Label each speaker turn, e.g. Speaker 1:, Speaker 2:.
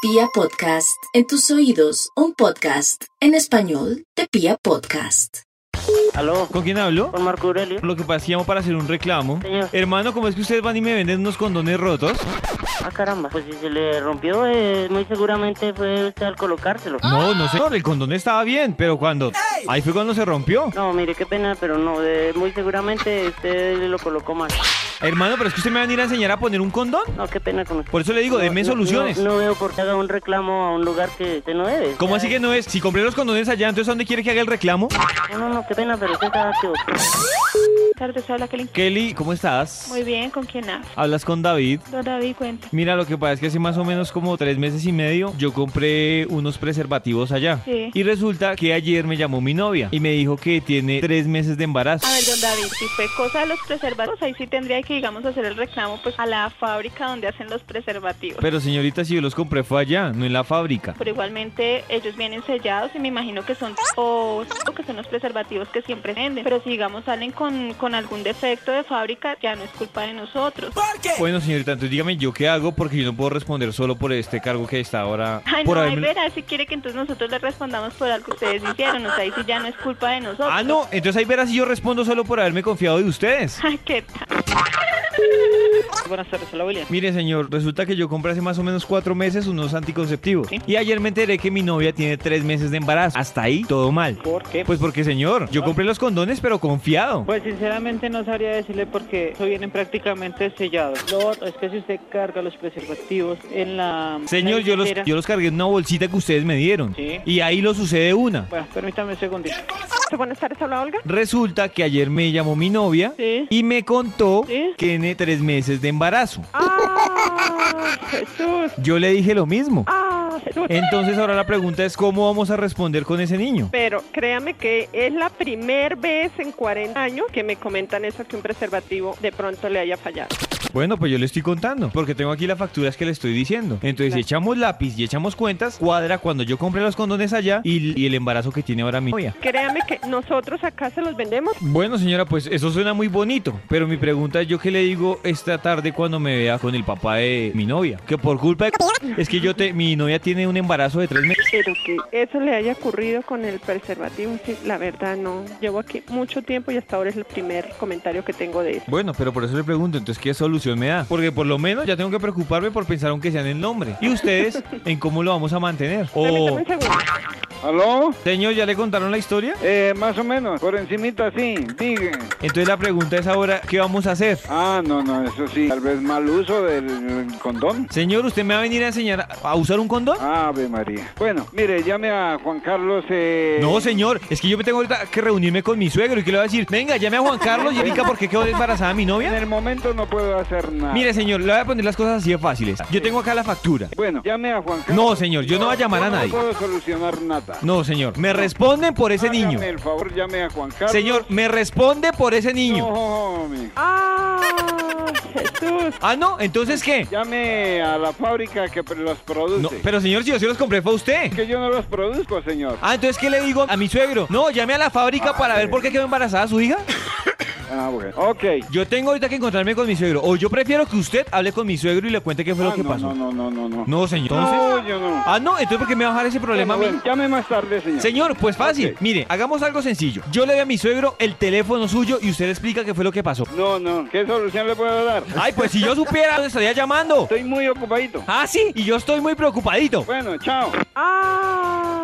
Speaker 1: Pia Podcast, en tus oídos, un podcast en español de Pia Podcast.
Speaker 2: Aló,
Speaker 3: ¿Con quién hablo?
Speaker 2: con Marco Aurelio.
Speaker 3: Lo que hacíamos para hacer un reclamo.
Speaker 2: Señor.
Speaker 3: Hermano, ¿cómo es que ustedes van y me venden unos condones rotos?
Speaker 2: Ah, caramba. Pues si se le rompió, eh, muy seguramente fue usted al colocárselo.
Speaker 3: No, no señor, el condón estaba bien, pero cuando... Ahí fue cuando se rompió.
Speaker 2: No, mire, qué pena, pero no, eh, muy seguramente usted lo colocó mal.
Speaker 3: Hermano, pero es que usted me van a ir a enseñar a poner un condón.
Speaker 2: No, qué pena con usted.
Speaker 3: Por eso le Pues, digo,
Speaker 2: No,
Speaker 3: denme
Speaker 2: no,
Speaker 3: soluciones.
Speaker 2: No, no veo por qué haga un reclamo a un lugar que usted no debe.
Speaker 3: ¿Cómo así que no es? Si compré los condones allá, entonces ¿a dónde quiere que haga el reclamo?
Speaker 2: No, no, no, qué pena, pero usted está equivocado.
Speaker 4: tardes, habla Kelly.
Speaker 3: Kelly, ¿cómo estás?
Speaker 4: Muy bien, ¿con quién hablo?
Speaker 3: Hablas con David.
Speaker 4: Don David, cuenta.
Speaker 3: Mira, lo que pasa es que hace más o menos como tres meses y medio yo compré unos preservativos allá.
Speaker 4: Sí.
Speaker 3: Y resulta que ayer me llamó mi novia y me dijo que tiene tres meses de embarazo.
Speaker 4: A ver, don David, si fue cosa de los preservativos, ahí sí tendría que, digamos, hacer el reclamo pues a la fábrica donde hacen los preservativos.
Speaker 3: Pero señorita, si yo los compré fue allá, no en la fábrica.
Speaker 4: Pero igualmente ellos vienen sellados y me imagino que son o, o que son los preservativos que siempre venden. Pero si digamos salen con, con algún defecto de fábrica, ya no es culpa de nosotros.
Speaker 3: Bueno, señorita, entonces dígame yo qué hago porque yo no puedo responder solo por este cargo que está ahora.
Speaker 4: Ay,
Speaker 3: por
Speaker 4: no, ay,
Speaker 3: haberme-
Speaker 4: verá, si quiere que entonces nosotros le respondamos por algo que ustedes hicieron, o sea, ahí sí ya no es culpa de nosotros.
Speaker 3: Ah, no, entonces ahí verás si yo respondo solo por haberme confiado de ustedes.
Speaker 4: Ay, qué tal.
Speaker 2: Buenas tardes, hola William.
Speaker 3: Mire, señor, resulta que yo compré hace más o menos cuatro meses unos anticonceptivos.
Speaker 2: Sí.
Speaker 3: Y ayer me enteré que mi novia tiene tres meses de embarazo. Hasta ahí, todo mal.
Speaker 2: ¿Por qué?
Speaker 3: Pues porque, señor, yo compré los condones, pero confiado.
Speaker 5: Pues sinceramente no sabría decirle porque eso vienen prácticamente sellados. Lo otro es que si usted carga los preservativos en la...
Speaker 3: Señor,
Speaker 5: la
Speaker 3: yo los,
Speaker 5: billetera-
Speaker 3: yo los cargué en una bolsita que ustedes me dieron.
Speaker 5: Sí.
Speaker 3: Y ahí lo sucede una.
Speaker 5: Bueno, permítame un segundito.
Speaker 4: Buenas tardes, habla Olga.
Speaker 3: Resulta que ayer me llamó mi novia
Speaker 5: Sí.
Speaker 3: y me contó
Speaker 5: Sí.
Speaker 3: que tiene tres meses de embarazo.
Speaker 5: ¡Ah, Jesús!
Speaker 3: Yo le dije lo mismo.
Speaker 5: ¡Ah, Jesús!
Speaker 3: Entonces ahora la pregunta es cómo vamos a responder con ese niño.
Speaker 6: Pero créame que es la primera vez en 40 años que me comentan eso que un preservativo de pronto le haya fallado.
Speaker 3: Bueno, pues yo le estoy contando, porque tengo aquí las facturas que le estoy diciendo. Entonces, si echamos lápiz y echamos cuentas, cuadra cuando yo compré los condones allá y, y el embarazo que tiene ahora mi novia.
Speaker 6: Créame que nosotros acá se los vendemos.
Speaker 3: Bueno, señora, pues eso suena muy bonito, pero mi pregunta es yo qué le digo esta tarde cuando me vea con el papá de mi novia, que por culpa de... es que yo te mi novia tiene un embarazo de tres meses.
Speaker 6: Pero que eso le haya ocurrido con el preservativo, sí, la verdad no. Llevo aquí mucho tiempo y hasta ahora es el primer comentario que tengo de eso.
Speaker 3: Bueno, pero por eso le pregunto, entonces qué solución me da, porque por lo menos ya tengo que preocuparme por pensar aunque sea en el nombre y ustedes en cómo lo vamos a mantener. O
Speaker 6: Permítame un segundo.
Speaker 7: ¿Aló?
Speaker 3: señor, ya le contaron la historia.
Speaker 7: Eh, más o menos, por encimita sí, diga.
Speaker 3: Entonces la pregunta es ahora qué vamos a hacer.
Speaker 7: Ah, no, no, eso sí, tal vez mal uso del condón.
Speaker 3: Señor, ¿usted me va a venir a enseñar a- a usar un condón?
Speaker 7: Ave María. Bueno, mire, llame a Juan Carlos. Eh...
Speaker 3: No, señor, es que yo me tengo ahorita que reunirme con mi suegro y que le voy a decir, venga, llame a Juan Carlos y indica por qué quedó embarazada mi
Speaker 7: En
Speaker 3: novia.
Speaker 7: el momento no puedo hacer nada.
Speaker 3: Mire, señor, le voy a poner las cosas así de fáciles. Yo tengo acá la factura.
Speaker 7: Bueno, llame a Juan Carlos.
Speaker 3: No, señor, yo no voy a llamar a nadie.
Speaker 7: No puedo solucionar nada.
Speaker 3: No, señor, me responden por ese
Speaker 7: Hágame
Speaker 3: niño.
Speaker 7: el favor, llame a Juan Carlos.
Speaker 3: Señor, me responde por ese niño.
Speaker 7: No, mi-
Speaker 6: ¡Ah, Jesús!
Speaker 3: Ah, no, entonces qué?
Speaker 7: Llame a la fábrica que los produce.
Speaker 3: No, pero señor, si yo se los compré fue a usted.
Speaker 7: Que yo no los produzco, señor.
Speaker 3: Ah, entonces ¿qué le digo a mi suegro? No, llame a la fábrica para ver por qué quedó embarazada su hija.
Speaker 7: Ah, bueno. Ok.
Speaker 3: Yo tengo ahorita que encontrarme con mi suegro. O yo prefiero que usted hable con mi suegro y le cuente qué fue
Speaker 7: Ah,
Speaker 3: lo que
Speaker 7: no,
Speaker 3: pasó.
Speaker 7: No, no, no, no, no.
Speaker 3: No, señor.
Speaker 7: No,
Speaker 3: Entonces.
Speaker 7: yo no.
Speaker 3: Ah, no, entonces ¿por qué me va a bajar ese problema
Speaker 7: Bueno,
Speaker 3: a mí?
Speaker 7: bueno, llame más tarde, señor.
Speaker 3: Señor, pues fácil.
Speaker 7: Ok.
Speaker 3: Mire, hagamos algo sencillo. Yo le doy a mi suegro el teléfono suyo y usted le explica qué fue lo que pasó.
Speaker 7: No, no. ¿Qué solución le puedo dar?
Speaker 3: Ay, pues si yo supiera, le estaría llamando.
Speaker 7: Estoy muy ocupadito.
Speaker 3: Ah, sí, y yo estoy muy preocupadito.
Speaker 7: Bueno, chao.
Speaker 6: ¡Ah!